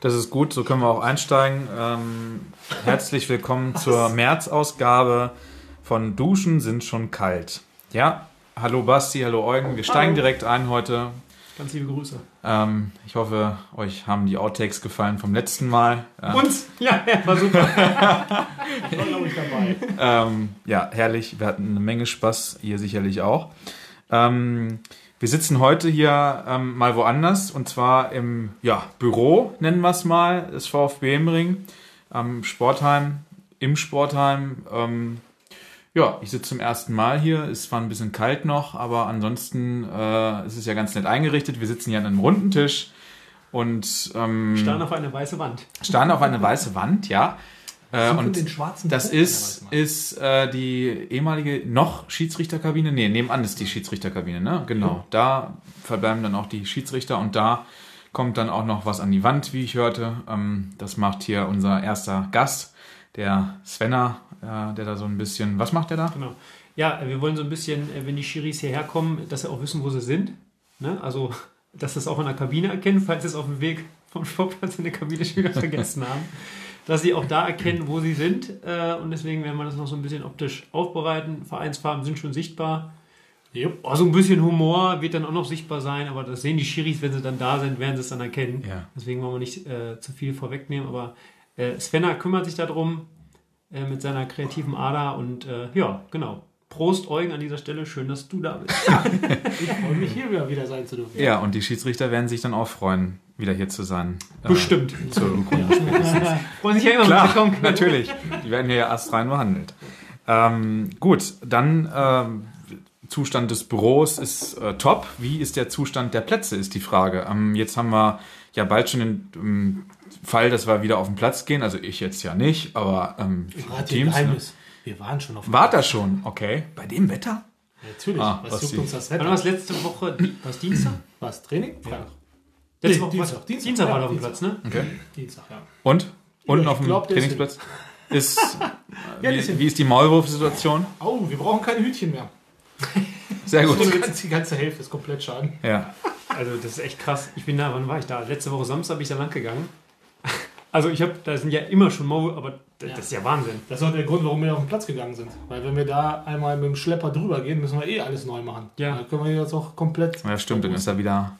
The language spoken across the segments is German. Das ist gut, so können wir auch einsteigen. Ähm, herzlich willkommen zur März-Ausgabe von Duschen sind schon kalt. Ja, hallo Basti, hallo Eugen. Wir steigen Hallo. direkt ein heute. Ganz liebe Grüße. Ähm, ich hoffe, euch haben die Outtakes gefallen vom letzten Mal. Ähm, Uns? Ja, ja, war super. ich war, glaube ich, dabei. Ähm, ja, herrlich. Wir hatten eine Menge Spaß, ihr sicherlich auch. Ähm, wir sitzen heute hier ähm, mal woanders und zwar im ja, Büro, nennen wir es mal, des VfB Emring, am Sportheim, im Sportheim. Ähm, ja, ich sitze zum ersten Mal hier. Es war ein bisschen kalt noch, aber ansonsten äh, es ist es ja ganz nett eingerichtet. Wir sitzen hier an einem runden Tisch und ähm, Starren auf eine weiße Wand. starren auf eine weiße Wand, ja. Äh, Suchen und den schwarzen das Punkt ist, an der weißen Wand. ist äh, die ehemalige noch Schiedsrichterkabine. Nee, nebenan ist die Schiedsrichterkabine, ne? Genau. Da verbleiben dann auch die Schiedsrichter und da kommt dann auch noch was an die Wand, wie ich hörte. Ähm, das macht hier unser erster Gast, der Svenner, äh, der da so ein bisschen. Was macht der da? Genau. Ja, wir wollen so ein bisschen, äh, wenn die Schiris hierher kommen, dass sie auch wissen, wo sie sind. Ne? Also, dass sie es auch in der Kabine erkennen, falls sie es auf dem Weg vom Sportplatz in der Kabine schon wieder vergessen haben. Dass sie auch da erkennen, wo sie sind. Äh, und deswegen werden wir das noch so ein bisschen optisch aufbereiten. Vereinsfarben sind schon sichtbar. Oh, so ein bisschen Humor wird dann auch noch sichtbar sein, aber das sehen die Schiris, wenn sie dann da sind, werden sie es dann erkennen. Ja. Deswegen wollen wir nicht äh, zu viel vorwegnehmen, aber äh, Svenna kümmert sich darum äh, mit seiner kreativen Ader und äh, ja, genau. Prost, Eugen, an dieser Stelle. Schön, dass du da bist. Ich freue mich, hier wieder, wieder sein zu dürfen. Ja, und die Schiedsrichter werden sich dann auch freuen, wieder hier zu sein. Äh, Bestimmt. Zur Rückrunde. Freuen sich ja immer, Klar, wenn sie kommen können. natürlich. Die werden hier ja astrein behandelt. Ähm, gut, dann ähm, Zustand des Büros ist äh, top. Wie ist der Zustand der Plätze, ist die Frage. Ähm, jetzt haben wir ja bald schon den ähm, Fall, dass wir wieder auf den Platz gehen. Also ich jetzt ja nicht, aber ähm, Warte, Teams. Ne? Geheimnis. Wir waren schon auf Wart da schon, okay. Bei dem Wetter? Natürlich. Ah, was was juckt sie- uns das Wann war Wetter? es letzte Woche? Di- Was, Dienstag? Was? Training? Ja. Letzte Nee, Woche Dienstag. was? Dienstag. Dienstag war Ja, er auf dem Dienstag. Platz, ne? Okay. Dienstag, ja. Und? Unten auf dem glaub, der ist hin. Trainingsplatz? Ist, äh, Ja, wie, die sind- wie ist die Maulwurfsituation? Au, wir brauchen keine Hütchen mehr. Sehr gut. Die ganze, die ganze Hälfte ist komplett schaden. Ja. Also das ist echt krass. Ich bin da, wann war ich da? Letzte Woche Samstag bin ich da lang gegangen. Also ich habe, da sind ja immer schon Maul, aber d- Ja. das ist ja Wahnsinn. Das ist auch der Grund, warum wir auf den Platz gegangen sind. Weil wenn wir da einmal mit dem Schlepper drüber gehen, müssen wir eh alles neu machen. Ja. Dann können wir das auch komplett... ja, stimmt, dann ist er wieder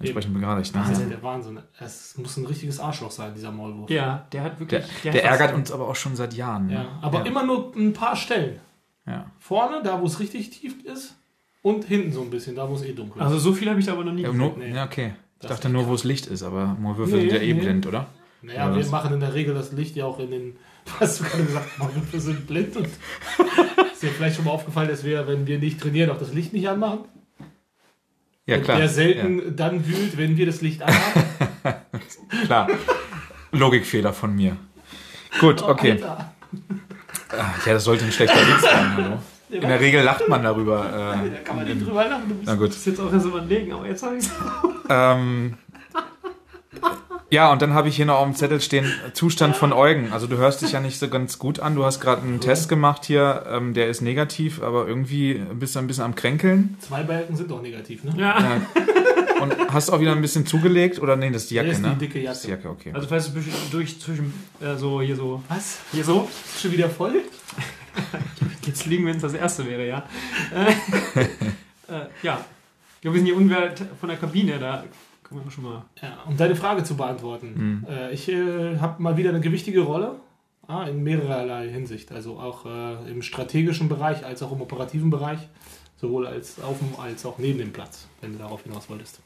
entsprechend begradigt. Ne? Das ist ja der Wahnsinn. Es muss ein richtiges Arschloch sein, dieser Maulwurf. Ja, der hat wirklich... Der, hat der was- ärgert uns aber auch schon seit Jahren. ne? Ja, aber ja. immer nur ein paar Stellen. Ja. Vorne, da wo es richtig tief ist und hinten so ein bisschen, da wo es eh dunkel ist. Also so viel habe ich da aber noch nie Ja, gesehen. nur, Nee. ja, okay. Ich Das dachte nur, wo es Licht ist, aber Maulwürfe Nee, sind ja eh nee. blind, oder? Naja, Ja, wir das- machen in der Regel das Licht ja auch in den. Hast du gerade gesagt, Maulwürfe sind blind und ist dir vielleicht schon mal aufgefallen, dass wir, wenn wir nicht trainieren, auch das Licht nicht anmachen? Ja, und klar. der selten dann wühlt, wenn wir das Licht anmachen. Ja, klar. Logikfehler von mir. Gut, okay. Oh, Alter. Ah, ja, das sollte ein schlechter Witz sein, hallo. In der Regel lacht man darüber. Da Äh, kann man nicht drüber lachen. Du bist na gut. Das ist jetzt auch erst überlegen, aber jetzt habe ich Ähm, ja, und dann habe ich hier noch auf dem Zettel stehen äh, Zustand von Eugen. Also du hörst dich ja nicht so ganz gut an. Du hast gerade einen Test gemacht hier, ähm, der ist negativ, aber irgendwie bist du ein bisschen am Kränkeln. Zwei Balken sind doch negativ, ne? Ja. Ja. Und hast auch wieder ein bisschen zugelegt? Oder nee, das ist die Jacke, Nee, ist die ne? dicke Das ist die Jacke. Jacke, okay. Also falls du zwischen- durch zwischen äh, so hier so Was? hier so Ist schon wieder voll? jetzt liegen, wenn es das erste wäre, ja. Äh, äh, ja. Ja, wir sind hier unwert von der Kabine, da können wir schon mal. Ja, um deine Frage zu beantworten. Äh, ich äh, habe mal wieder eine gewichtige Rolle. Ah, in mehrerlei Hinsicht. Also auch äh, im strategischen Bereich als auch im operativen Bereich. Sowohl als auf dem als auch neben dem Platz, wenn du darauf hinaus wolltest.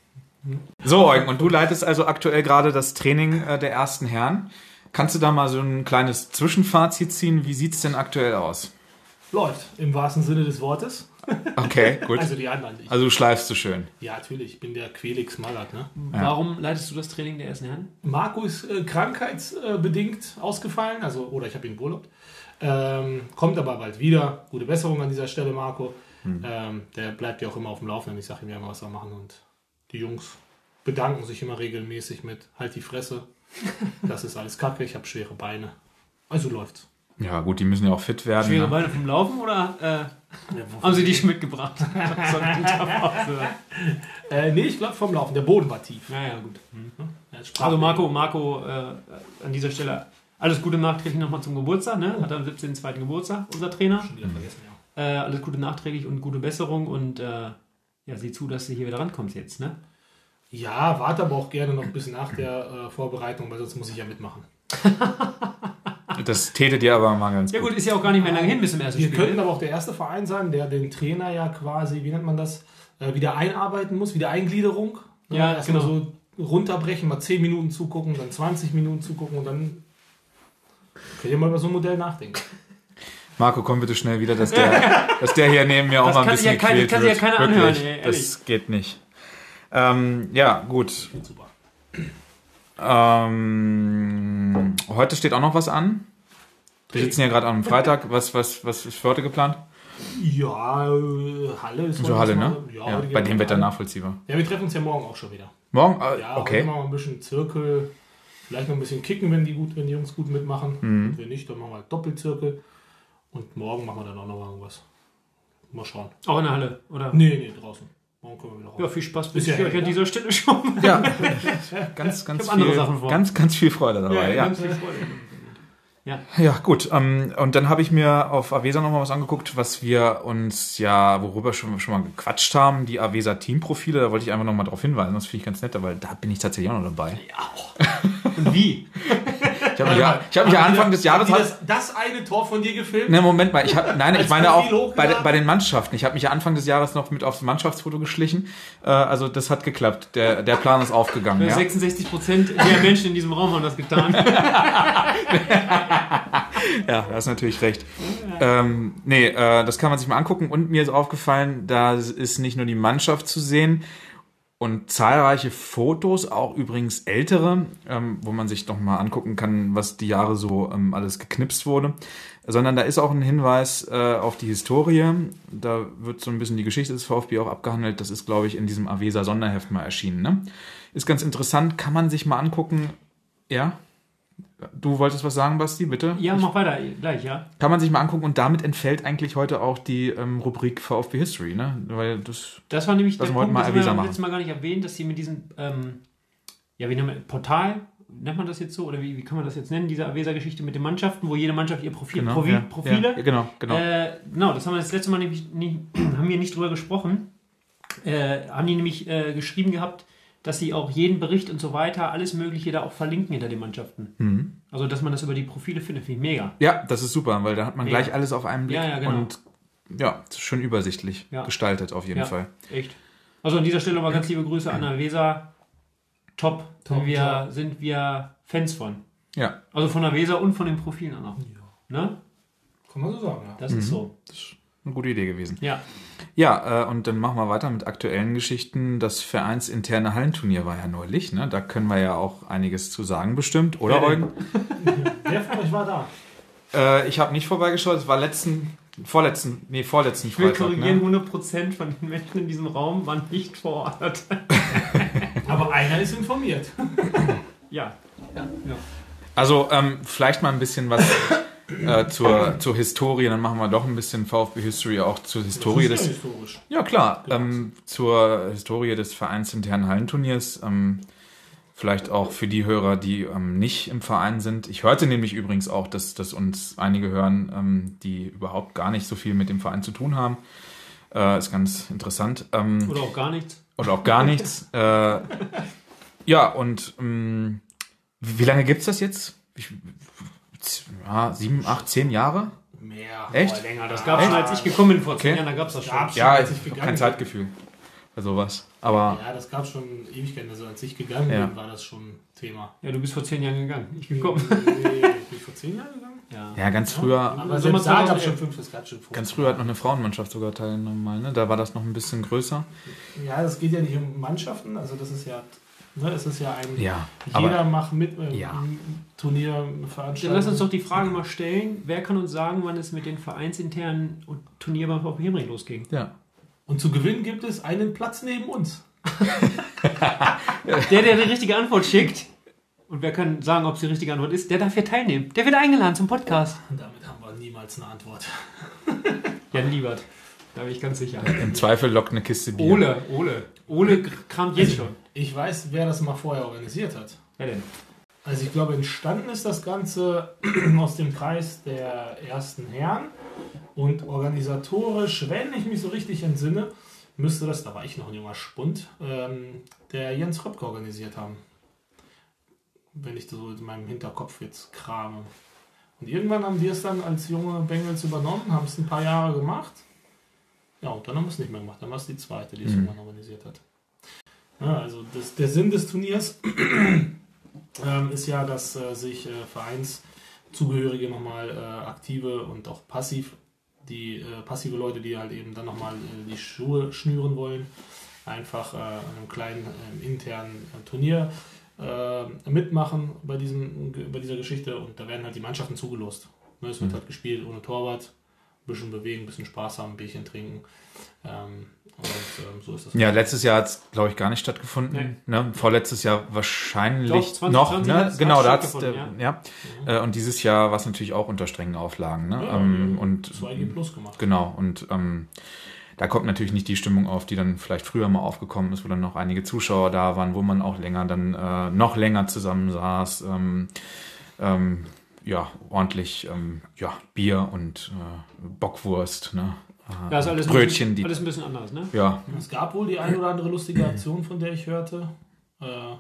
So, Eugen, und du leitest also aktuell gerade das Training äh, der ersten Herren. Kannst du da mal so ein kleines Zwischenfazit ziehen? Wie sieht's denn aktuell aus? Läuft, im wahrsten Sinne des Wortes. Okay, gut. Also die anderen. Ich, Also du schleifst so schön. ja, natürlich, ich bin der Quelix Malat. Ne? Warum leitest du das Training der ersten Herren? Marco ist äh, krankheitsbedingt ausgefallen, also oder ich habe ihn beurlaubt. Ähm, kommt aber bald wieder. Gute Besserung an dieser Stelle, Marco. Hm. Ähm, der bleibt ja auch immer auf dem Laufenden. Ich sage ihm ja immer, was wir machen. Und die Jungs bedanken sich immer regelmäßig mit Halt die Fresse. Das ist alles Kacke, ich habe schwere Beine. Also läuft's. Ja, gut, die müssen ja auch fit werden. Schwere ne? Beine vom Laufen oder äh, haben sie dich mitgebracht? so eine Winterpause. Äh, nee, ich glaube vom Laufen. Der Boden war tief. Naja, gut. Ja, Sprach Also Marco, Marco äh, an dieser Stelle alles Gute nachträglich nochmal zum Geburtstag. Ne? Hat am 17. zweiten Geburtstag, unser Trainer. Schon wieder vergessen, ja. Äh, alles Gute nachträglich und gute Besserung und äh, ja, sieh zu, dass du hier wieder rankommst jetzt. Ne? Ja, warte aber auch gerne noch bis nach der äh, Vorbereitung, weil sonst muss ich ja mitmachen. ne? Das tätet dir aber mal ganz Ja gut. gut, ist ja auch gar nicht mehr lange hin bis zum ersten Wir Spiel. könnten ne? aber auch der erste Verein sein, der den Trainer ja quasi, wie nennt man das, äh, wieder einarbeiten muss, wieder Eingliederung. Ne? Ja, Erst mal genau. so runterbrechen, mal 10 Minuten zugucken, dann 20 Minuten zugucken und dann könnt ihr mal über so ein Modell nachdenken. Marco, komm bitte schnell wieder, dass der, dass der hier neben mir auch Das mal ein kann bisschen sich ja kein- gequält kann sich wird. ja keiner anhören, Wirklich, ey, ehrlich. das geht nicht. Ähm, ja, gut. Super. Ähm, heute steht auch noch was an. Wir sitzen ja gerade am Freitag. Was, was, was ist für heute geplant? Ja, äh, Halle ist So heute Halle, erstmal- ne? Ja, Ja, heute gehen bei wir dem nach Wetter Halle. nachvollziehbar. Ja, wir treffen uns ja morgen auch schon wieder. Morgen? Ah, Ja, genau. heute okay. machen wir ein bisschen Zirkel, vielleicht noch ein bisschen kicken, wenn die, gut, wenn die Jungs gut mitmachen. Mhm. Und wenn nicht, dann machen wir halt Doppelzirkel. Und morgen machen wir dann auch noch mal irgendwas. Mal schauen. Auch in der Halle, oder? Nee, nee, draußen. Morgen können wir wieder raus. Ja, viel Spaß bis ja euch hell, an ne? dieser Stelle schon. Ja, ganz, ganz, hab andere viel, Sachen vor. ganz, ganz viel Freude dabei. Ja, ganz viel Freude. ja gut. Ähm, und dann habe ich mir auf Avesa nochmal was angeguckt, was wir uns ja, worüber schon, schon mal gequatscht haben, die Avesa Teamprofile. Da wollte ich einfach nochmal darauf hinweisen. Das finde ich ganz nett, weil da bin ich tatsächlich auch noch dabei. Und wie? Ich habe mich ja, ich hab mich ja Haben die Anfang das- des Jahres... halt haben die Das, das eine Tor von dir gefilmt? Ne, Moment mal, ich hab, nein, ich Als meine Profil auch bei, de- hochgeladen? bei den Mannschaften. Ich habe mich ja Anfang des Jahres noch mit aufs Mannschaftsfoto geschlichen. Äh, also das hat geklappt. Der, der Plan ist aufgegangen. Ja? 66 Prozent der Menschen in diesem Raum haben das getan. ja, da hast natürlich recht. Ähm, nee, äh, das kann man sich mal angucken. Und mir ist aufgefallen, da ist nicht nur die Mannschaft zu sehen und zahlreiche Fotos, auch übrigens ältere, ähm, wo man sich noch mal angucken kann, was die Jahre so ähm, alles geknipst wurde. Sondern da ist auch ein Hinweis äh, auf die Historie. Da wird so ein bisschen die Geschichte des VfB auch abgehandelt. Das ist, glaube ich, in diesem Avesa Sonderheft mal erschienen. Ne? Ist ganz interessant, kann man sich mal angucken. Ja? Du wolltest was sagen, Basti, bitte? Ja, mach weiter, eh, gleich, ja. Kann man sich mal angucken und damit entfällt eigentlich heute auch die ähm, Rubrik VfB History, ne? Weil das. Das war nämlich Das der wollten Punkt, wir das Avisa haben wir machen. letztes Mal gar nicht erwähnt, dass sie mit diesem ähm, ja, wie nennt man, Portal, nennt man das jetzt so, oder wie, wie kann man das jetzt nennen, diese Avesa-Geschichte mit den Mannschaften, wo jede Mannschaft ihr Profil, Genau, Profi, ja, Profile, Ja, genau, genau. Äh, genau, das haben wir das letzte Mal nämlich nie, haben wir nicht drüber gesprochen. Äh, haben die nämlich äh, geschrieben gehabt, dass sie auch jeden Bericht und so weiter, alles Mögliche da auch verlinken hinter den Mannschaften. Mhm. Also, dass man das über die Profile findet, finde ich mega. ja, das ist super, weil da hat man Mega. gleich alles auf einen Blick Ja, ja, genau. und ja, ist schön übersichtlich Ja. gestaltet auf jeden Ja. Fall. Echt. Also, an dieser Stelle mal ganz liebe Grüße an Avesa. Top. Top, sind, wir, top. sind wir Fans von. Ja, Also von Avesa und von den Profilen auch noch. Ne? Kann man so sagen, ja. Das Mhm. ist so. eine gute Idee gewesen. Ja. Ja, äh, und dann machen wir weiter mit aktuellen Geschichten. Das vereinsinterne Hallenturnier war ja neulich, ne? Da können wir ja auch einiges zu sagen bestimmt, oder Wer denn? Eugen? Wer von euch war da? Äh, ich habe nicht vorbeigeschaut, es war letzten, vorletzten, nee, vorletzten Ich will Freitag. korrigieren, ne? 100% von den Menschen in diesem Raum waren nicht vor Ort. Aber einer ist informiert. ja. Also ähm, vielleicht mal ein bisschen was äh, zur, zur Historie, dann machen wir doch ein bisschen VfB History auch zur Historie Das ist des ja historisch. ja klar ähm, zur Historie des vereinsinternen Hallenturniers. Ähm, vielleicht auch für die Hörer, die ähm, nicht im Verein sind. Ich hörte nämlich übrigens auch, dass, dass uns einige hören, ähm, die überhaupt gar nicht so viel mit dem Verein zu tun haben. Äh, ist ganz interessant. Ähm, Oder auch gar nichts. oder auch gar nichts. äh, ja, und ähm, wie lange gibt's das jetzt? Ich, z- ja, sieben, acht, zehn Jahre? Mehr. Echt? Boah, länger. Das gab es schon, als ich gekommen bin vor zehn Okay. Jahren, da gab es das schon. Gab's. Ja, als ich ich habe gegangen kein bin. Zeitgefühl bei sowas. Aber Ja, das gab schon Ewigkeiten. Also als ich gegangen Ja. bin, war das schon Thema. Ja, du bist vor zehn Jahren gegangen. Ich gekommen. Nee, bin ich vor zehn Jahren gegangen? Ja. ja, ganz früher, Aber Sommer selbst da gab 2011. es schon fünf, das gab schon fünf. ganz früher hat noch eine Frauenmannschaft sogar teilgenommen. mal, Ne? Da war das noch ein bisschen größer. Ja, das geht ja nicht um Mannschaften. Also das ist ja, ne, es ist ja ein Ja, aber Jeder macht mit äh, Ja. ein Turnier, Dann Veranstaltung. lass uns doch die Frage mal stellen, wer kann uns sagen, wann es mit den vereinsinternen Turnier beim VfB Hemring losging? ja. Und zu gewinnen gibt es einen Platz neben uns. Der, der die richtige Antwort schickt und wer kann sagen, ob es die richtige Antwort ist, der darf hier teilnehmen. Der wird eingeladen zum Podcast. Und damit haben wir niemals eine Antwort. Jan Liebert, da bin ich ganz sicher. im Zweifel lockt eine Kiste Bier. Ole, Ole. Ole kramt jetzt schon. Also, Ich weiß, wer das mal vorher organisiert hat. Herr Lenn. Also ich glaube, entstanden ist das Ganze aus dem Kreis der ersten Herren. Und organisatorisch, wenn ich mich so richtig entsinne, müsste das, da war ich noch ein junger Spund, ähm, der Jens Röpke organisiert haben. Wenn ich so in meinem Hinterkopf jetzt krame. Und irgendwann haben wir es dann als junge Bengals übernommen, haben es ein paar Jahre gemacht. Ja, und dann haben wir es nicht mehr gemacht. Dann war es die zweite, die es Mhm. irgendwann organisiert hat. Ja, also das, der Sinn des Turniers ähm, ist ja, dass äh, sich äh, Vereinszugehörige nochmal äh, aktive und auch passiv, die äh, passive Leute, die halt eben dann nochmal äh, die Schuhe schnüren wollen, einfach äh, an einem kleinen äh, internen äh, Turnier äh, mitmachen bei, diesem, bei dieser Geschichte und da werden halt die Mannschaften zugelost. Ne, Es wird Mhm. halt gespielt ohne Torwart, ein bisschen bewegen, ein bisschen Spaß haben, ein Bierchen trinken. Ähm, und ähm, so ist das. Ja, letztes Jahr hat es, glaube ich, gar nicht stattgefunden. Ne? Vorletztes Jahr wahrscheinlich Doch, 2020 noch. hat- Ne? hat Genau, da hat's, äh, stattgefunden, Mhm. ja. Äh, Und dieses Jahr war es natürlich auch unter strengen Auflagen. Ne? Ja, ähm, ja. und 2G Plus gemacht. Genau, und ähm, da kommt natürlich nicht die Stimmung auf, die dann vielleicht früher mal aufgekommen ist, wo dann noch einige Zuschauer da waren, wo man auch länger dann äh, noch länger zusammensaß. Ähm, ähm, ja, ordentlich ähm, ja, Bier und äh, Bockwurst, ne? Äh, Ja, ist alles Brötchen, ein die. bisschen, alles ein bisschen anders, ne? ja, Es gab wohl die ein oder andere lustige Aktion, von der ich hörte. Äh,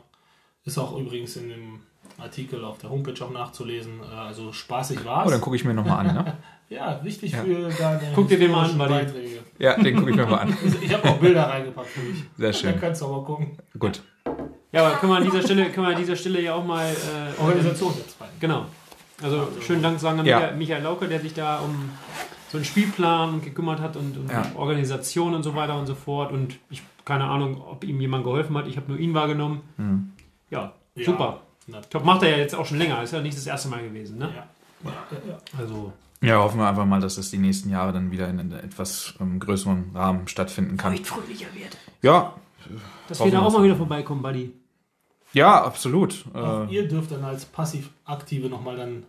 ist auch übrigens in dem Artikel auf der Homepage auch nachzulesen. Äh, also spaßig war's. oh, dann gucke ich mir nochmal an, ne? ja, wichtig Ja. für deine Guck dir den mal an, historischen Buddy. Beiträge. Ja, den gucke ich mir mal an. Also Ich habe auch Bilder reingepackt für dich. Sehr Da schön. kannst du aber gucken. Gut. Ja, aber können wir an dieser Stelle, können wir an dieser Stelle ja auch mal. Äh, Organisation jetzt rein. Genau. Also schönen Dank sagen an Ja. Michael, Michael Lauke, der sich da um so einen Spielplan gekümmert hat und, und Ja. Organisation und so weiter und so fort. Und ich keine Ahnung, ob ihm jemand geholfen hat. Ich habe nur ihn wahrgenommen. Mhm. Ja, Ja. super. Na, Ich glaube, macht er ja jetzt auch schon länger. Ist ja nicht das erste Mal gewesen. Ne? Ja. Ja, ja. Also Ja, hoffen wir einfach mal, dass das die nächsten Jahre dann wieder in einem etwas ähm, größeren Rahmen stattfinden kann. fröhlicher wird. Ja, Dass Hoffen wir da wir's. auch mal wieder vorbeikommen, Buddy. ja, absolut. Auch Äh, ihr dürft dann als passiv-aktive nochmal dann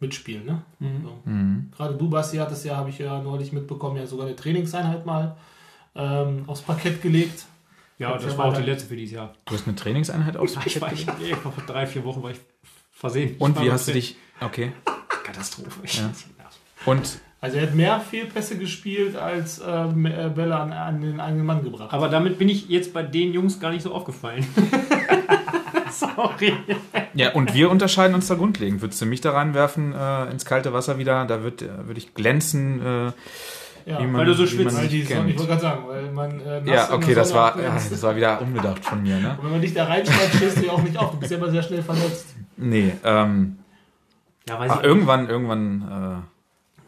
mitspielen. Ne? So. mhm. Gerade du, Basti, hattest ja, habe ich ja neulich mitbekommen, ja sogar eine Trainingseinheit mal ähm, aufs Parkett gelegt. Ja, Kannst das ja war mal auch die dann- letzte für dieses Jahr. Du hast eine Trainingseinheit aufs Ich war, ich, ich, vor drei, vier Wochen war ich versehen. Ich Und war wie mal hast du fit. dich. Okay. Katastrophe. Ja. Und Also er hat mehr Fehlpässe gespielt als ähm, äh, Bälle an, an den eigenen Mann gebracht. Aber damit bin ich jetzt bei den Jungs gar nicht so aufgefallen. Sorry. ja, und wir unterscheiden uns da grundlegend. Würdest du mich da reinwerfen äh, ins kalte Wasser wieder? Da wird, äh, würde ich glänzen. Äh, Ja, wie man- weil du so wie schwitzt. man weil dich die Sonne, ich kennt. wollte gerade sagen, weil man äh, nass in Ja, der okay, das Sonne war, ja, abglänzt. das war wieder unbedacht von mir, ne? Und wenn man dich da reinschreibt, stehst du ja auch nicht auf. Du bist ja immer sehr schnell verletzt. Nee, ähm, Ja, weiß ach, ich. irgendwann, irgendwann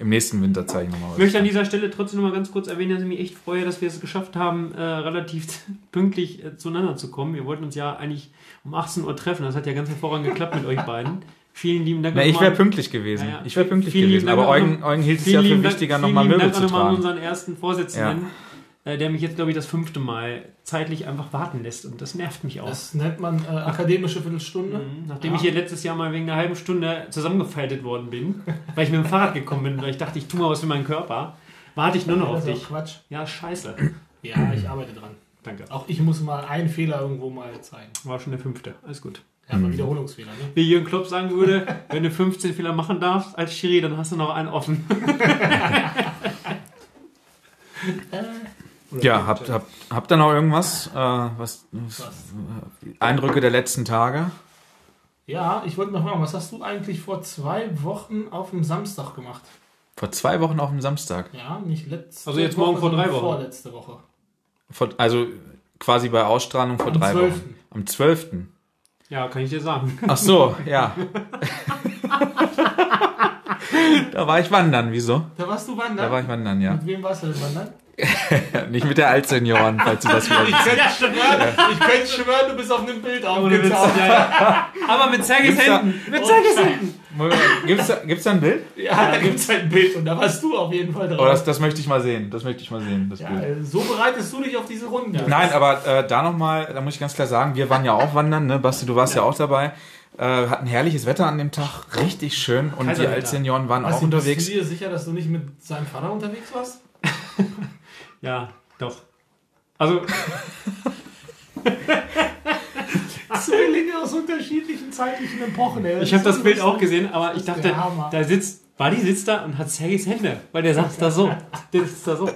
äh, im nächsten Winter zeige ich nochmal Ich möchte an dieser Stelle trotzdem noch mal ganz kurz erwähnen, dass ich mich echt freue, dass wir es geschafft haben, äh, relativ pünktlich äh, zueinander zu kommen. Wir wollten uns ja eigentlich um 18 Uhr treffen. Das hat ja ganz hervorragend geklappt mit euch beiden. Vielen lieben Dank. Na, ich nochmal. wäre pünktlich gewesen. Ja, ja. Ich wäre pünktlich Vielen gewesen. lieben Dank Aber auch Eugen, noch- Eugen hielt es Vielen ja für lieben Dank- wichtiger, vielen nochmal lieben Möbel Dank zu auch nochmal an tragen. unseren ersten Vorsitzenden, äh, der mich jetzt, glaube ich, das fünfte Mal zeitlich einfach warten lässt. Und das nervt mich auch. Das nennt man äh, akademische Viertelstunde. Mhm. Nachdem Ja. ich hier letztes Jahr mal wegen einer halben Stunde zusammengefaltet worden bin, weil ich mit dem Fahrrad gekommen bin, weil ich dachte, ich tue mal was für meinen Körper, warte ich nur noch auf Das ist auch dich. Quatsch. Ja, scheiße. Ja, ich arbeite dran. Danke. Auch ich muss mal einen Fehler irgendwo mal zeigen. War schon der fünfte. Alles gut. Ja, Mhm. mal Wiederholungsfehler. Ne? Wie Jürgen Klopp sagen würde, wenn du 15 Fehler machen darfst als Schiri, dann hast du noch einen offen. Äh. Äh, Ja, habt, habt, habt ihr noch irgendwas? Äh, was, Was? Eindrücke der letzten Tage? Ja, ich wollte mal fragen, was hast du eigentlich vor zwei Wochen auf dem Samstag gemacht? Vor zwei Wochen auf dem Samstag. Ja, nicht letzte Also jetzt morgen vor drei sondern Wochen. Vorletzte Woche. Vor, also quasi bei Ausstrahlung vor Am drei 12.. Wochen. Am 12. Ja, kann ich dir sagen. Ach so, ja. da war ich wandern, wieso? Da warst du wandern? Da war ich wandern, ja. Mit wem warst du denn wandern? ja nicht mit der Altsenioren, falls du das wieder könnte schwören, ich könnte schwören, du bist auf einem Bild Ohne Witz. aufgetaucht. Ja, ja. Aber mit Oh, Sergis Gibt's da- Händen. Mit Sergis Händen. Gibt's da, gibt's da ein Bild? Ja, da gibt es ein Bild und da warst du auf jeden Fall Oh, das, drauf. das möchte ich mal sehen. Das möchte ich mal sehen, das Bild. Ja, äh, so bereitest du dich auf diese Runden. Ja. Nein, aber äh, da nochmal, da muss ich ganz klar sagen, wir waren ja auch wandern, ne? Basti, du warst ja, auch dabei. Äh, hatten herrliches Wetter an dem Tag, richtig schön. Und die Kaiserwetter. Altsenioren waren auch Basti, unterwegs. Bist du dir sicher, dass du nicht mit seinem Vater unterwegs warst? Ja, doch. Also. Zwillinge aus unterschiedlichen zeitlichen Epochen. ey. Ich habe das ist Bild so auch gesehen, aber ich ist dachte, der Hammer. da sitzt, Buddy sitzt da und hat Sergejs Hände, weil der saß da so. Der sitzt da so.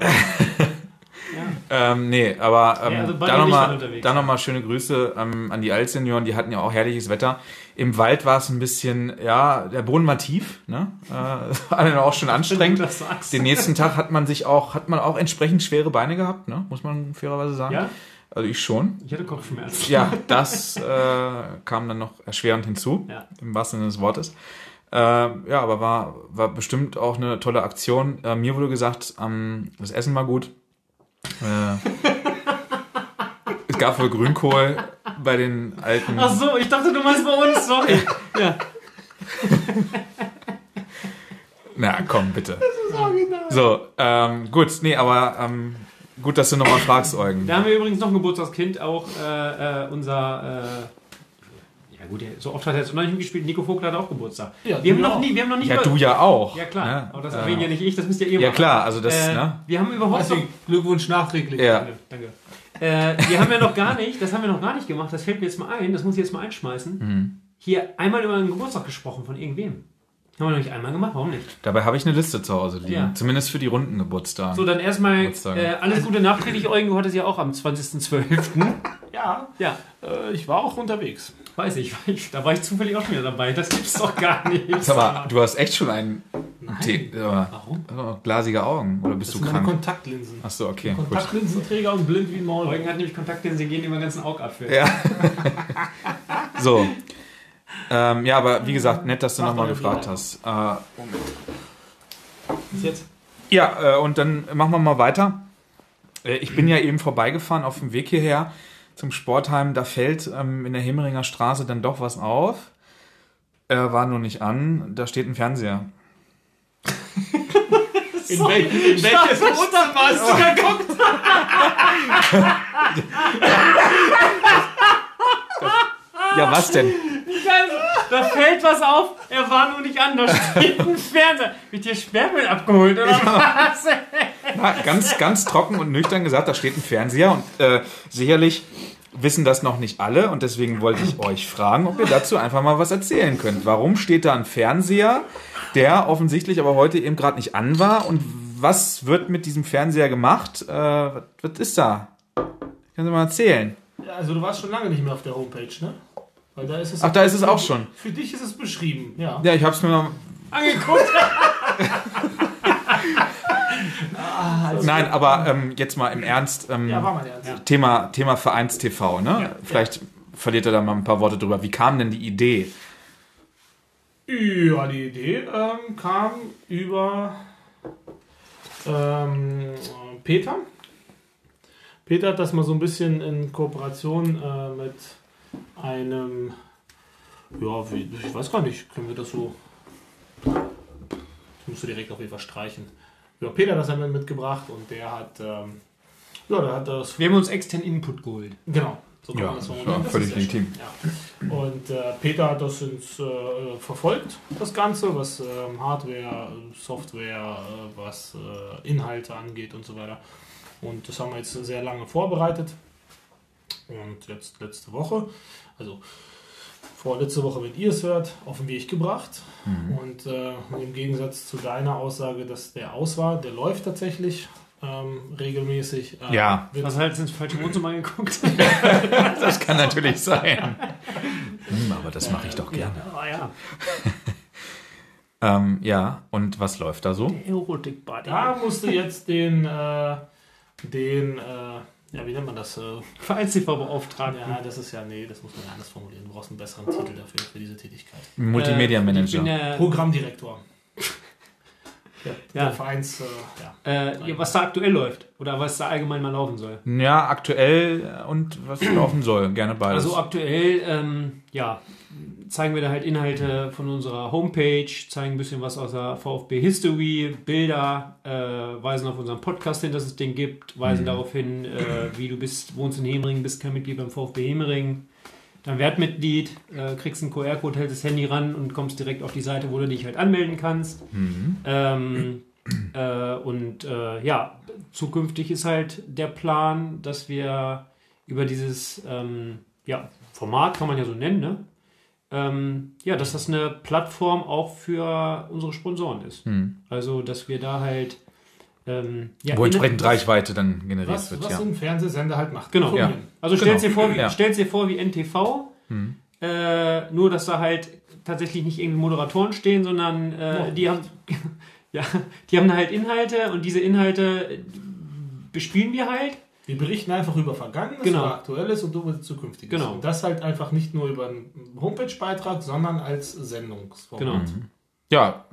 Ähm, nee, aber ähm, Nee, also beide da nicht waren nochmal unterwegs. noch mal schöne Grüße ähm, an die Altsenioren, die hatten ja auch herrliches Wetter. Im Wald war es ein bisschen, ja, der Boden war tief, ne? Äh, war dann auch schon Wenn du anstrengend. das sagst. Den nächsten Tag hat man sich auch, hat man auch entsprechend schwere Beine gehabt, ne? Muss man fairerweise sagen. Ja, Also ich schon. ich hatte Kopfschmerzen. Ja, das äh, kam dann noch erschwerend hinzu, Ja. im wahrsten Sinne des Wortes. Ähm, ja, aber war, war bestimmt auch eine tolle Aktion. Äh, mir wurde gesagt, ähm, das Essen war gut. Äh, es gab wohl Grünkohl bei den alten. Ach so, ich dachte, du meinst bei uns, sorry. Ja, Na komm, bitte. Das ist original. So, ähm, gut, nee, aber ähm, gut, dass du nochmal fragst, Eugen. da haben wir übrigens noch ein Geburtstagskind, auch äh, äh, unser. Äh, ja, gut, der- so oft hat er jetzt noch nicht mitgespielt. Nico Vogel hat auch Geburtstag. Ja, genau. wir, du haben noch auch. nie, wir haben noch nicht. Ja, über- du ja auch. Ja, klar. Ne? Aber das Äh, erwähnt ja nicht ich, das müsst ihr eh ja, machen. klar, also das, äh, ne? Wir haben überhaupt noch Deswegen Glückwunsch nachträglich. Ja. Danke, danke. Äh, wir haben ja noch gar nicht, das haben wir noch gar nicht gemacht, das fällt mir jetzt mal ein, das muss ich jetzt mal einschmeißen. Mhm. Hier einmal über einen Geburtstag gesprochen von irgendwem. Haben wir noch nicht einmal gemacht, warum nicht? Dabei habe ich eine Liste zu Hause liegen. Ja. Zumindest für die runden Geburtstage. So, dann erstmal Geburtstag. äh, alles Gute nachträglich, Eugen, du hattest ja auch am 20.12. Ja, ja, äh, ich war auch unterwegs. weiß ich, weiß ich, da war ich zufällig auch schon wieder dabei, das gibt's doch gar nicht. Sag mal, du hast echt schon einen Tee, aber, Warum? oh, glasige Augen oder bist Das du sind meine krank? Kontaktlinsen. Ach so, okay, gut. Kontaktlinsenträger und blind wie ein Maul. Eugen hat nämlich Kontaktlinsen, die gehen über den ganzen Augapfel. Äh. Ja. So. Ähm, ja, aber wie gesagt, nett, dass du Mach nochmal doch gefragt die hast. Äh, Bis jetzt. ja, äh, und dann machen wir mal weiter. Äh, ich bin ja eben vorbeigefahren auf dem Weg hierher zum Sportheim. Da fällt ähm, in der Hemmeringer Straße dann doch was auf. Äh, war nur nicht an. Da steht ein Fernseher. In, wel in welches Untermaß du geguckt hast. Ja, was denn? Also, da fällt was auf, er war nur nicht an, da steht ein Fernseher. Wird dir Sperrmüll abgeholt, oder was? Ja, Ah, ganz, ganz trocken und nüchtern gesagt, da steht ein Fernseher und äh, sicherlich wissen das noch nicht alle und deswegen wollte ich euch fragen, ob ihr dazu einfach mal was erzählen könnt. Warum steht da ein Fernseher, der offensichtlich aber heute eben gerade nicht an war und was wird mit diesem Fernseher gemacht? Äh, was, was ist da? Können Sie mal erzählen? Ja, Also du warst schon lange nicht mehr auf der Homepage, ne? Weil da ist es Ach, da ist es auch schon. Für dich ist es beschrieben, ja. Ja, ich hab's mir mal. Angeguckt. Nein, aber ähm, jetzt mal im Ernst. Ähm, Ah, also Ja, war mal ernst. Thema, Thema Vereins-TV, ne? Ja. Vielleicht verliert er da mal ein paar Worte drüber. Wie kam denn die Idee? Ja, die Idee ähm, kam über ähm, Peter. Peter hat das mal so ein bisschen in Kooperation äh, mit einem, ja, wie, ich weiß gar nicht, können wir das so, das musst du direkt auf jeden Fall streichen. Ja, Peter hat das einmal mitgebracht und der hat, ähm, ja, der hat das Wir haben uns extern Input geholt. Genau. So kann Ja, man das das mal war nennen. Das völlig ist sehr legitim. schön, Ja. Und äh, Peter hat das ins, äh, verfolgt, das Ganze, was ähm, Hardware, äh, Software, äh, was äh, Inhalte angeht und so weiter. Und das haben wir jetzt sehr lange vorbereitet. Und jetzt letzte Woche, also vorletzte Woche, wenn ihr es hört, auf den Weg gebracht. Mhm. Und äh, im Gegensatz zu deiner Aussage, dass der aus war, der läuft tatsächlich ähm, regelmäßig. äh, Ja. wird- Was halt ins falsche Wohnzimmer angeguckt. Das kann natürlich sein. Hm, aber das mache ich doch gerne. Ah ja. Ja. Ähm, ja, und was läuft da so? Erotik Buddy. Da musst du jetzt den, äh, den, äh, ja, wie nennt man das? Äh, Vereinszifferbeauftragten. ja, das ist ja, nee, das muss man ja anders formulieren. Du brauchst einen besseren Titel dafür, für diese Tätigkeit. Multimedia Äh, Ich Manager. bin der, Programmdirektor. Ja, Ja. Der Vereins, äh, ja. äh, ja, was da aktuell läuft. Oder was da allgemein mal laufen soll. ja, aktuell äh, und was laufen soll. Gerne beides. Also aktuell, ähm, ja, zeigen wir da halt Inhalte von unserer Homepage, zeigen ein bisschen was aus der VfB History, Bilder, äh, weisen auf unseren Podcast hin, dass es den gibt, weisen darauf hin, äh, wie du bist, wohnst in Hemering, bist kein Mitglied beim VfB Hemering, dann werd Mitglied, äh, kriegst einen QR-Code, hältst das Handy ran und kommst direkt auf die Seite, wo du dich halt anmelden kannst. Mhm. Ähm, äh, und äh, ja, zukünftig ist halt der Plan, dass wir über dieses ähm, ja, Format kann man ja so nennen, ne? ähm, ja, dass das eine Plattform auch für unsere Sponsoren ist. Hm. Also, dass wir da halt. Ähm, ja, Wo in- entsprechend Reichweite dann generiert Was, wird, was ja. so ein Fernsehsender halt macht. Genau. Ja. Gucken. Also stellt dir Genau. vor, wie, Ja. stellt's dir vor wie NTV, Hm. äh, nur dass da halt tatsächlich nicht irgendwie Moderatoren stehen, sondern äh, Noch die haben ja, die haben halt Inhalte und diese Inhalte äh, bespielen wir halt. Wir berichten einfach über Vergangenes, Genau. über Aktuelles und über Zukünftiges. Genau. Und das halt einfach nicht nur über einen Homepage-Beitrag, sondern als Sendungsform. Genau. Mhm. Ja,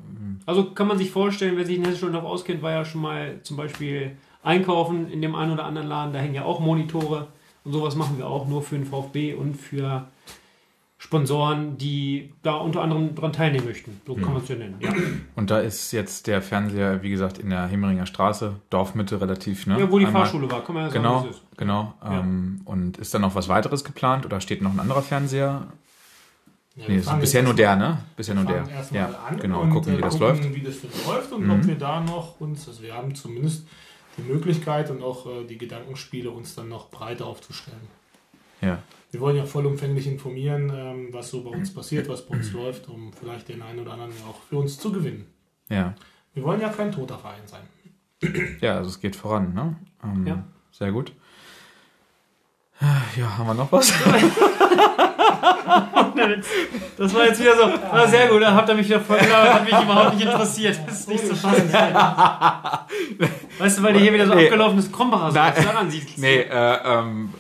Also kann man sich vorstellen, wer sich in Hessischen noch auskennt, war ja schon mal zum Beispiel einkaufen in dem einen oder anderen Laden, da hängen ja auch Monitore und sowas machen wir auch nur für den VfB und für Sponsoren, die da unter anderem dran teilnehmen möchten. So Mhm. kann man es ja nennen. Ja. und da ist jetzt der Fernseher, wie gesagt, in der Hemmeringer Straße, Dorfmitte relativ, ne? Ja, wo die Einmal- Fahrschule war, kann man ja sagen, Genau, wie es ist. genau. Ja. Ähm, und ist dann noch was weiteres geplant oder steht noch ein anderer Fernseher? Ja, wir Nee, ist fangen bisher jetzt- nur der, ne? Bisher nur fangen der. erstmal Ja, an genau. und gucken, äh, wie das gucken, läuft. Mhm. wie das denn läuft und ob wir da noch uns, also wir haben zumindest die Möglichkeit und auch äh, die Gedankenspiele, uns dann noch breiter aufzustellen. Ja. Wir wollen ja vollumfänglich informieren, ähm, was so bei uns passiert, was bei uns läuft, um vielleicht den einen oder anderen auch für uns zu gewinnen. Ja. Wir wollen ja kein toter Verein sein. ja, also es geht voran, ne? Ähm, Ja. Sehr gut. Ja, haben wir noch was? Das war jetzt wieder so, ah, sehr gut, da habt ihr mich wieder voll gelabert, hat mich überhaupt nicht interessiert. Das ist nicht so fassen. Weißt du, weil dir hier wieder so Nee. abgelaufenes Krombacher so Nein. daran siehst. nee, äh, ähm,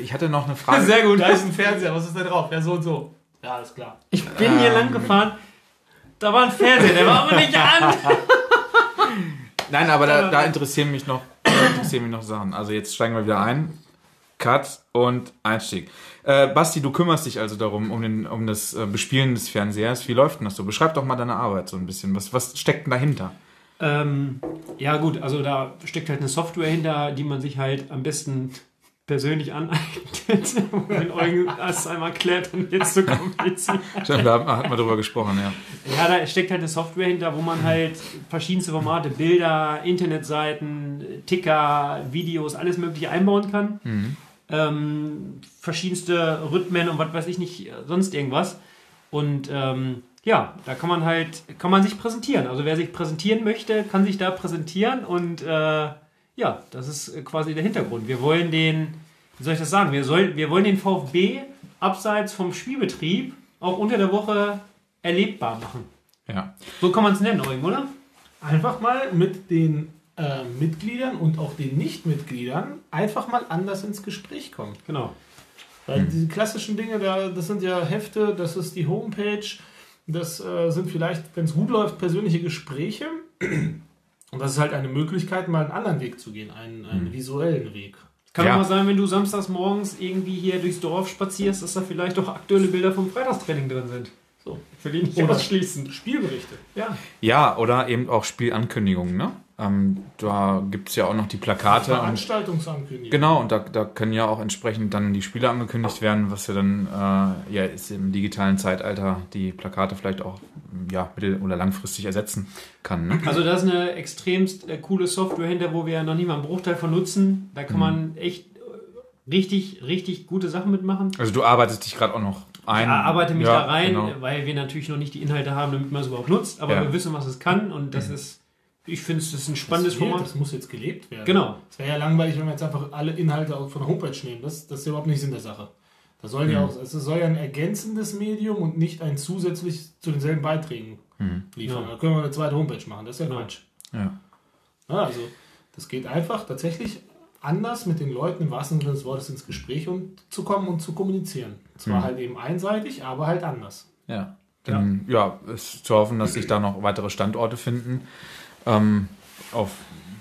ich hatte noch eine Frage. Sehr gut. Da ist ein Fernseher, was ist da drauf? Ja, so und so. Ja, alles klar. Ich bin hier Ähm. lang gefahren, da war ein Fernseher, der war aber nicht an. Nein, aber da, Äh, da interessieren mich noch da interessieren mich noch Sachen. Also jetzt steigen wir wieder ein. Cut und Einstieg. Äh, Basti, du kümmerst dich also darum, um, den, um das äh, Bespielen des Fernsehers. Wie läuft denn das so? Beschreib doch mal deine Arbeit so ein bisschen. Was, was steckt denn dahinter? Ähm, ja, gut, also da steckt halt eine Software hinter, die man sich halt am besten persönlich aneignet, wenn Eugen das einmal klärt um und jetzt so kompliziert. Stimmt, da hat- hat man drüber gesprochen, ja. Ja, da steckt halt eine Software hinter, wo man halt verschiedenste Formate, Bilder, Internetseiten, Ticker, Videos, alles Mögliche einbauen kann. Ähm, verschiedenste Rhythmen und was weiß ich nicht, äh, sonst irgendwas. Und ähm, ja, da kann man halt, kann man sich präsentieren. Also wer sich präsentieren möchte, kann sich da präsentieren und äh, ja, das ist äh, quasi der Hintergrund. Wir wollen den, wie soll ich das sagen, wir, soll, wir wollen den VfB abseits vom Spielbetrieb auch unter der Woche erlebbar machen. Ja, So kann man es nennen, Eugen, oder? Einfach mal mit den äh, Mitgliedern und auch den Nicht-Mitgliedern einfach mal anders ins Gespräch kommen. Genau. Weil diese klassischen Dinge, da, das sind ja Hefte, das ist die Homepage, das äh, sind vielleicht, wenn es gut läuft, persönliche Gespräche. Und das ist halt eine Möglichkeit, mal einen anderen Weg zu gehen, einen, einen visuellen Weg. Kann Ja. auch mal sein, wenn du samstags morgens irgendwie hier durchs Dorf spazierst, dass da vielleicht auch aktuelle Bilder vom Freitagstraining drin sind. So. Für die nicht Oder- ausschließen. Spielberichte. Ja. ja oder eben auch Spielankündigungen, ne? Ähm, da gibt es ja auch noch die Plakate und Veranstaltungsankündigung. Genau, und da, da können ja auch entsprechend dann die Spiele angekündigt werden, was ja dann, äh, ja, ist im digitalen Zeitalter die Plakate vielleicht auch, ja, mittel- oder langfristig ersetzen kann, ne? Also da ist eine extremst äh, coole Software hinter, wo wir ja noch nie mal einen Bruchteil von nutzen. Da Mhm. kann man echt äh, richtig, richtig gute Sachen mitmachen. Also du arbeitest dich gerade auch noch ein. Ich arbeite mich Ja, da rein, genau. weil wir natürlich noch nicht die Inhalte haben, damit man es überhaupt nutzt. Aber Ja. Mhm. wir wissen, was es kann und das ist, ich finde, es ist ein spannendes das, wird, Format. das muss jetzt gelebt werden. Genau. Es wäre ja langweilig, wenn wir jetzt einfach alle Inhalte auch von der Homepage nehmen. Das, das ist ja überhaupt nicht Sinn der Sache. Das soll Mhm. ja auch, also es soll ja ein ergänzendes Medium und nicht ein zusätzlich zu denselben Beiträgen liefern. Ja. Da können wir eine zweite Homepage machen, das ist ja Genau. Quatsch. Mhm. Ja. Ja, also das geht einfach tatsächlich anders mit den Leuten im wahrsten Sinne des Wortes ins Gespräch und zu kommen und zu kommunizieren. Mhm. Zwar halt eben einseitig, aber halt anders. Ja. Dann, ja, ist zu hoffen, dass sich da noch weitere Standorte finden. Ähm, auf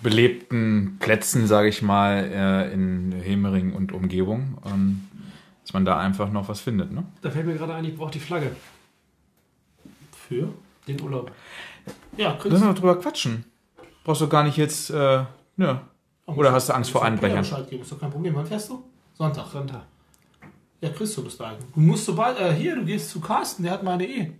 belebten Plätzen, sage ich mal, äh, in Hemering und Umgebung. Ähm, dass man da einfach noch was findet, ne? Da fällt mir gerade ein, ich brauche die Flagge, Für? den Urlaub. Ja, Lass kriegst uns noch drüber quatschen. Brauchst du gar nicht jetzt, äh, nö. Oder hast du Angst vor Einbrechern? Bescheid geben, ist doch kein Problem. Wann fährst du? Sonntag. Sonntag. Ja, kriegst du bis dahin. Du musst sobald, äh, hier, du gehst zu Carsten, der hat meine E.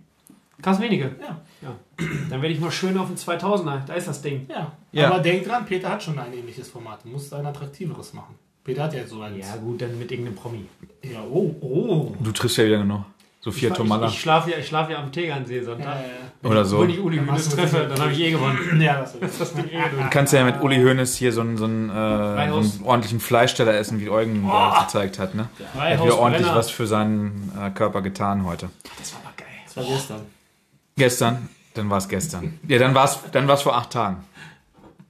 Krass wenige. Ja, Ja. Dann werde ich mal schön auf den 2000er. Da ist das Ding. ja. Ja. Aber denk dran, Peter hat schon ein ähnliches Format. Du musst ein attraktiveres machen. Peter hat ja jetzt so einen. Ja, gut, dann mit irgendeinem Promi. Ja, oh, oh. Du triffst ja wieder genug. Sophia ich, Tomalla ich, ich schlafe ja, ich schlaf ja am Tegernsee Sonntag. Äh, oder so. Wenn ich Du Uli Dann Hünes machst du treffe, das dann habe ich eh gewonnen. ja, das ist Das bin eh durch. kannst ja mit Uli Hoeneß hier so einen, so einen, äh, so einen ordentlichen Fleischsteller essen, wie Eugen Oh! da gezeigt hat. Ne? Er hat wieder ordentlich was für seinen äh, Körper getan heute. Das war aber Ah, geil. Das war gestern. Gestern? Dann war es gestern. Ja, dann war es dann war's vor acht Tagen.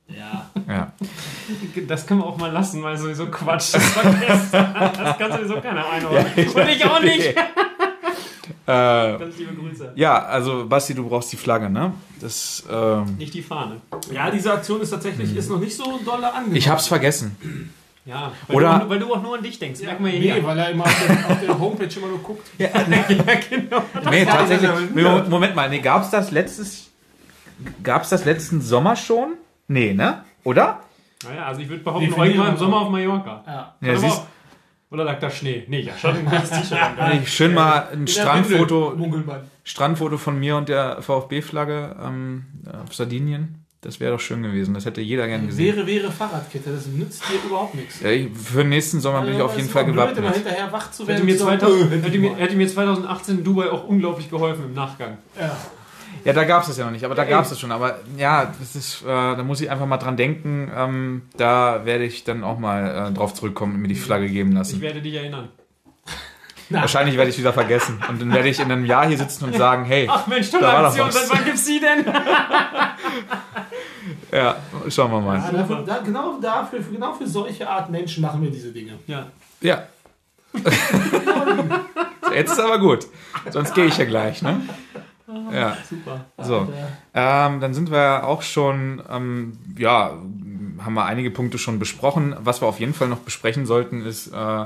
Ja. Ja. Das können wir auch mal lassen, weil sowieso Quatsch. Das, war gestern. das kann sowieso keiner einordnen. Und ich auch nicht. äh, Ganz liebe Grüße. ja, also Basti, du brauchst die Flagge, ne? Das, ähm, Nicht die Fahne. ja, diese Aktion ist tatsächlich ist noch nicht so doll angenommen. Hm. ich hab's vergessen. Ja, weil, Oder- du, auch- weil du auch nur an dich denkst. Merk mal Nee, hier. weil er immer auf der, auf der Homepage immer nur guckt. genau. Nee, tatsächlich. Moment, Moment mal, nee, gab's das letztes. Gab's das letzten Sommer schon? Nee, ne? Oder? Naja, also ich würde behaupten, Definieren Eugen war im wir. Sommer auf Mallorca. Ja. Ja, Oder siehst, war- Oder lag da Schnee? Nee, ja, schon. Das ist schon geil. Ey, schön mal ein Strandfoto, Munkelmann. Strandfoto von mir und der VfB-Flagge ähm, auf Sardinien. Das wäre doch schön gewesen. Das hätte jeder gern gesehen. Wäre, wäre Fahrradkette, das nützt dir überhaupt nichts. Äh, Ja, ich, für den nächsten Sommer bin ich auf Das jeden ist Fall immer blöd, immer gewappnet. hinterher wach zu Hätte werden. mir, so, 2000, äh, hätte, mir, hätte mir 2018 in Dubai auch unglaublich geholfen im Nachgang. Ja. Ja, da gab's das ja noch nicht, aber da gab's das schon. Aber ja, das ist, äh, da muss ich einfach mal dran denken. Ähm, da werde ich dann auch mal äh, drauf zurückkommen und mir die Flagge geben Ich lassen. werde dich erinnern. Wahrscheinlich werde ich wieder vergessen. Und dann werde ich in einem Jahr hier sitzen und sagen, hey, Ach Mensch, Da tolle war doch Aktion, was. seit wann gibt's die denn? ja, schauen wir mal. Ja, dafür, da, genau dafür, für, genau für solche Art Menschen machen wir diese Dinge. Ja, Ja. Jetzt ist aber gut. Sonst gehe ich ja gleich, ne? Ja, super. so. Ähm, dann sind wir auch schon, ähm, ja, haben wir einige Punkte schon besprochen. Was wir auf jeden Fall noch besprechen sollten, ist, äh,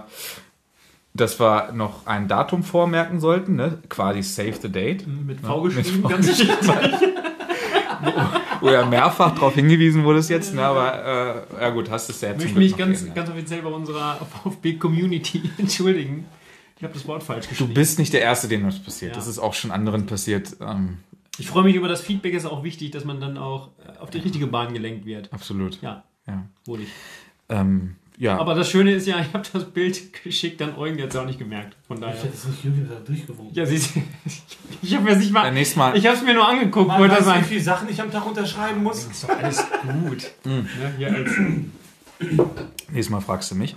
dass wir noch ein Datum vormerken sollten, ne? quasi Save the Date, hm, Mit V geschrieben, ganz richtig. wo ja mehrfach darauf hingewiesen wurde es jetzt, ne? aber äh, ja gut, hast es Ich selbst. möchte mich ganz, ganz offiziell bei unserer VfB-Community entschuldigen. Ich habe das Wort falsch Du geschrieben. bist nicht der Erste, dem das passiert. Ja. Das ist auch schon anderen passiert. Ähm, Ich freue mich über das Feedback, ist auch wichtig, dass man dann auch äh, auf die richtige Bahn gelenkt wird. absolut. Ja, Ja. wohl ich. Ähm, ja. Aber das Schöne ist ja, ich habe das Bild geschickt an Eugen, der hat es auch nicht gemerkt. Von Ich daher. hätte es nicht Jürgen da durchgewunken. Ja, siehst du, ich habe mir nicht mal. Beim nächsten Mal- Ich habe es mir nur angeguckt, Man wollte weiß, wie sagen. viele Sachen ich am Tag unterschreiben muss. Ist doch alles gut. Mm. ne? hier als Nächstes Mal fragst du mich.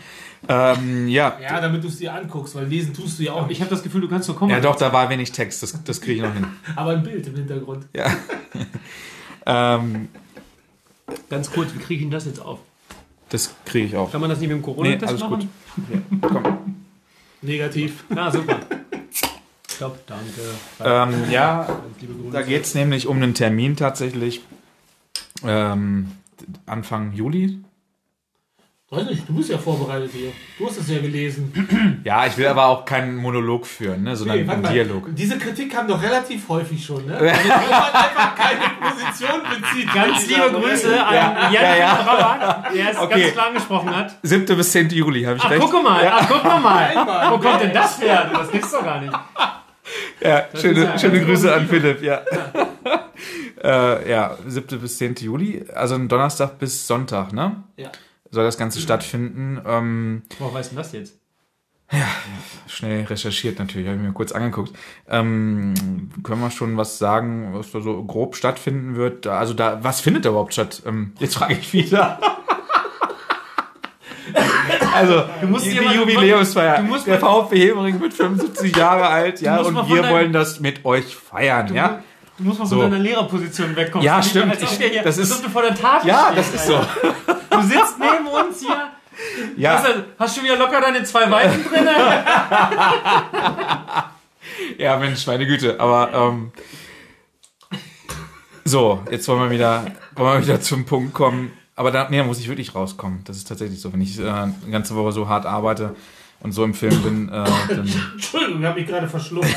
Ähm, ja. Ja, damit du es dir anguckst, weil lesen tust du ja Oh, auch ich nicht. habe das Gefühl, du kannst so kommen. Ja, doch, da war wenig Text. Das, das kriege ich noch hin. Aber ein Bild im Hintergrund. Ähm, Ganz kurz, wie kriege ich denn das jetzt auf? das kriege ich auch. Kann man das nicht mit dem Nee, Corona-Test alles machen? Komm. Negativ. Na, super. Stopp, danke. Ähm, ja, Liebe Grüße. da geht es nämlich um einen Termin tatsächlich. Ähm, Anfang Juli. Weiß nicht, du bist ja vorbereitet hier. Du hast es ja gelesen. Ja, ich will aber auch keinen Monolog führen, ne, sondern Nee, warte einen mal. Dialog. Diese Kritik kam doch relativ häufig schon, ne? Weil man einfach keine Position bezieht. Ganz liebe Grüße an Ja, Jan ja, ja. Brabak, der es Okay. ganz klar angesprochen hat. 7. bis 10. Juli, habe ich Ach, recht? Ah, guck mal, ach, guck mal. Einmal. Wo kommt denn das her? Das gibt's doch gar nicht. Ja, schöne, ist ja schöne ganz Grüße an Philipp, ja. äh, ja, 7. bis 10. Juli, also ein Donnerstag bis Sonntag, ne? Ja. Soll das Ganze stattfinden. Ähm, Wo weißt du das jetzt? schnell recherchiert natürlich, habe ich mir kurz angeguckt. Ähm, können wir schon was sagen, was da so grob stattfinden wird? Da- Also da, was findet da überhaupt statt? Ähm, jetzt frage ich wieder. Also, du musst die, dir mal- Jubiläumsfeier. du musst der mal- VfB Hevering wird 75 Jahre alt, ja, musst und mal von wir deinem- wollen das mit euch feiern, ja. Du musst mal So. von deiner Lehrerposition wegkommen. Ja, Nicht, stimmt. Als Ich- ob wir hier, das das ist- ist, als ob du vor der Tafel Ja, das stehst, ist so. Alter. Du sitzt neben uns hier. Ja, Hast, du, hast du wieder locker deine zwei Weichen drin? ja, Mensch, meine Güte. Aber ähm, so, jetzt wollen wir wieder, wollen wir wieder zum Punkt kommen. Aber da, nee, da muss ich wirklich rauskommen. Das ist tatsächlich so. Wenn ich äh, eine ganze Woche so hart arbeite und so im Film bin, äh, dann. Entschuldigung, ich habe mich gerade verschluckt.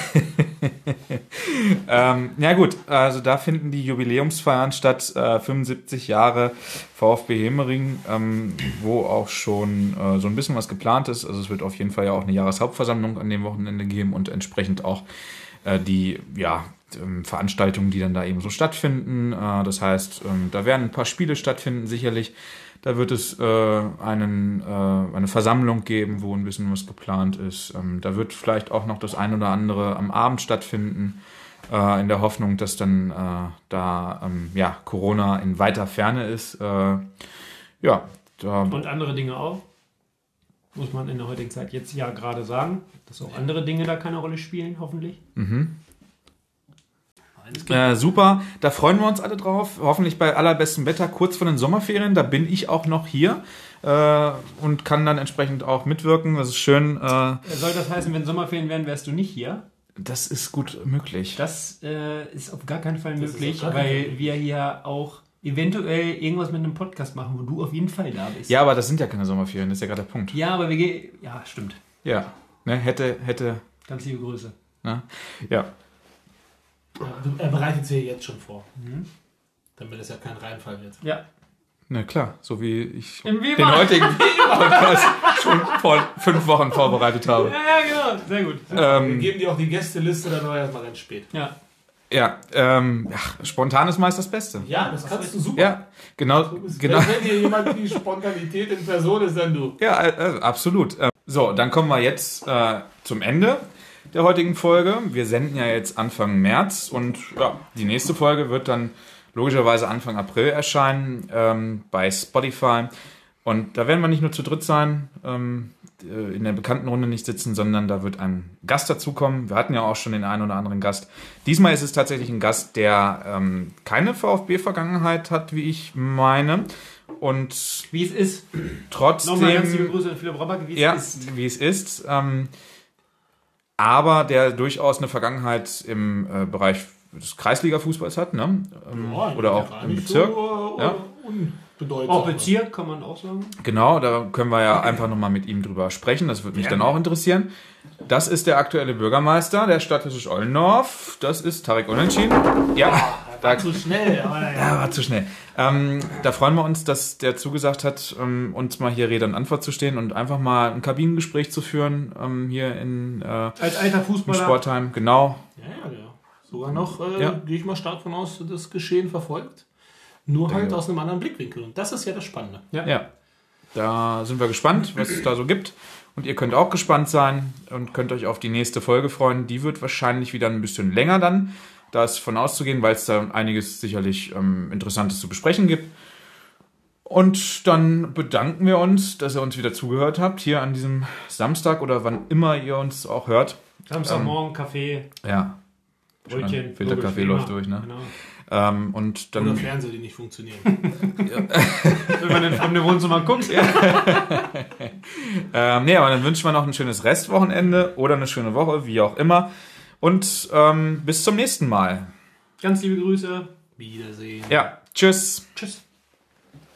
Ähm, ja gut, also da finden die Jubiläumsfeiern statt, äh, 75 Jahre VfB Hemering, ähm, wo auch schon äh, so ein bisschen was geplant ist. Also es wird auf jeden Fall ja auch eine Jahreshauptversammlung an dem Wochenende geben und entsprechend auch äh, die ja, ähm, Veranstaltungen, die dann da eben so stattfinden. Äh, das heißt, ähm, da werden ein paar Spiele stattfinden sicherlich. Da wird es äh, einen, äh, eine Versammlung geben, wo ein bisschen was geplant ist. Ähm, da wird vielleicht auch noch das ein oder andere am Abend stattfinden, äh, in der Hoffnung, dass dann äh, da ähm, ja, Corona in weiter Ferne ist. Äh, ja, da, Und andere Dinge auch. Muss man in der heutigen Zeit jetzt ja gerade sagen, dass auch andere Dinge da keine Rolle spielen, hoffentlich. äh, super. Da freuen wir uns alle drauf. Hoffentlich bei allerbestem Wetter, kurz vor den Sommerferien. Da bin ich auch noch hier äh, und kann dann entsprechend auch mitwirken. Das ist schön. Äh, Soll das heißen, wenn Sommerferien wären, wärst du nicht hier? das ist gut möglich. Das äh, ist auf gar keinen Fall Das ist möglich, auf gar keinen weil wir hier auch eventuell irgendwas mit einem Podcast machen, wo du auf jeden Fall da bist. Ja, aber das sind ja keine Sommerferien. Das ist ja gerade der Punkt. Ja, aber wir gehen. Ja, stimmt. Ja, ne, hätte, hätte, Ganz liebe Grüße. ne? Ja, Er bereitet sie jetzt schon vor. Mhm. Damit es ja kein Reinfall wird. Ja. na ne, klar, so wie ich Im Viva. den heutigen Podcast schon vor fünf Wochen vorbereitet habe. Ja, ja, genau. Sehr gut. Wir Ähm, geben dir auch die Gästeliste dann aber erstmal ganz spät. Ja. ja, ähm, ach, spontan ist meist das Beste. Ja, das kannst du super. Ja, genau, genau. Wenn, wenn hier jemand die Spontanität in Person ist, dann du. Ja, äh, äh, absolut. Ähm, so, dann kommen wir jetzt äh, zum Ende der heutigen Folge. Wir senden ja jetzt Anfang März und ja, die nächste Folge wird dann logischerweise Anfang April erscheinen ähm, bei Spotify. Und da werden wir nicht nur zu dritt sein, ähm, äh, in der bekannten Runde nicht sitzen, sondern da wird ein Gast dazukommen. Wir hatten ja auch schon den einen oder anderen Gast. Diesmal ist es tatsächlich ein Gast, der ähm, keine VfB-Vergangenheit hat, wie ich meine. Und Wie es ist. trotzdem. Nochmal ganz liebe Grüße an Philipp Robback, wie es ja, ist. wie es ist. Ähm, aber der durchaus eine Vergangenheit im äh, Bereich des Kreisliga-Fußballs hat, ne? Ähm, oder auch im Bezirk. So, äh, Ja. Unbedeutend. Auch Bezirk kann man auch sagen. Genau, da können wir ja einfach nochmal mit ihm drüber sprechen. Das würde mich dann auch interessieren. Das ist der aktuelle Bürgermeister der Stadt Hessisch-Ollendorf. Das ist Tarek Unentschieden. Ja, da, Zu schnell, aber naja. Ja, war zu schnell. Ähm, da freuen wir uns, dass der zugesagt hat, ähm, uns mal hier Rede und Antwort zu stehen und einfach mal ein Kabinengespräch zu führen ähm, hier in, äh, Als alter im Fußballer. Sportheim. Genau. Ja, ja, ja. Sogar noch, äh, Ja. gehe ich mal stark von aus, das Geschehen verfolgt. Nur halt aus einem anderen Blickwinkel. Und das ist ja das Spannende. Ja. Da sind wir gespannt, was es da so gibt. Und ihr könnt auch gespannt sein und könnt euch auf die nächste Folge freuen. Die wird wahrscheinlich wieder ein bisschen länger dann. Da ist von auszugehen, weil es da einiges sicherlich ähm, Interessantes zu besprechen gibt. Und dann bedanken wir uns, dass ihr uns wieder zugehört habt, hier an diesem Samstag oder wann immer ihr uns auch hört. Ähm. Samstagmorgen, Kaffee, Ja. Brötchen. Filterkaffee logisch, läuft wie immer. durch, ne? Genau. Ähm, und Oder dann. Fernseher, die nicht funktionieren. Wenn man in fremde Wohnzimmer guckt. Ähm, nee, aber dann wünschen wir noch ein schönes Restwochenende oder eine schöne Woche, wie auch immer. Und ähm, bis zum nächsten Mal. Ganz liebe Grüße. Wiedersehen. Ja, tschüss. Tschüss.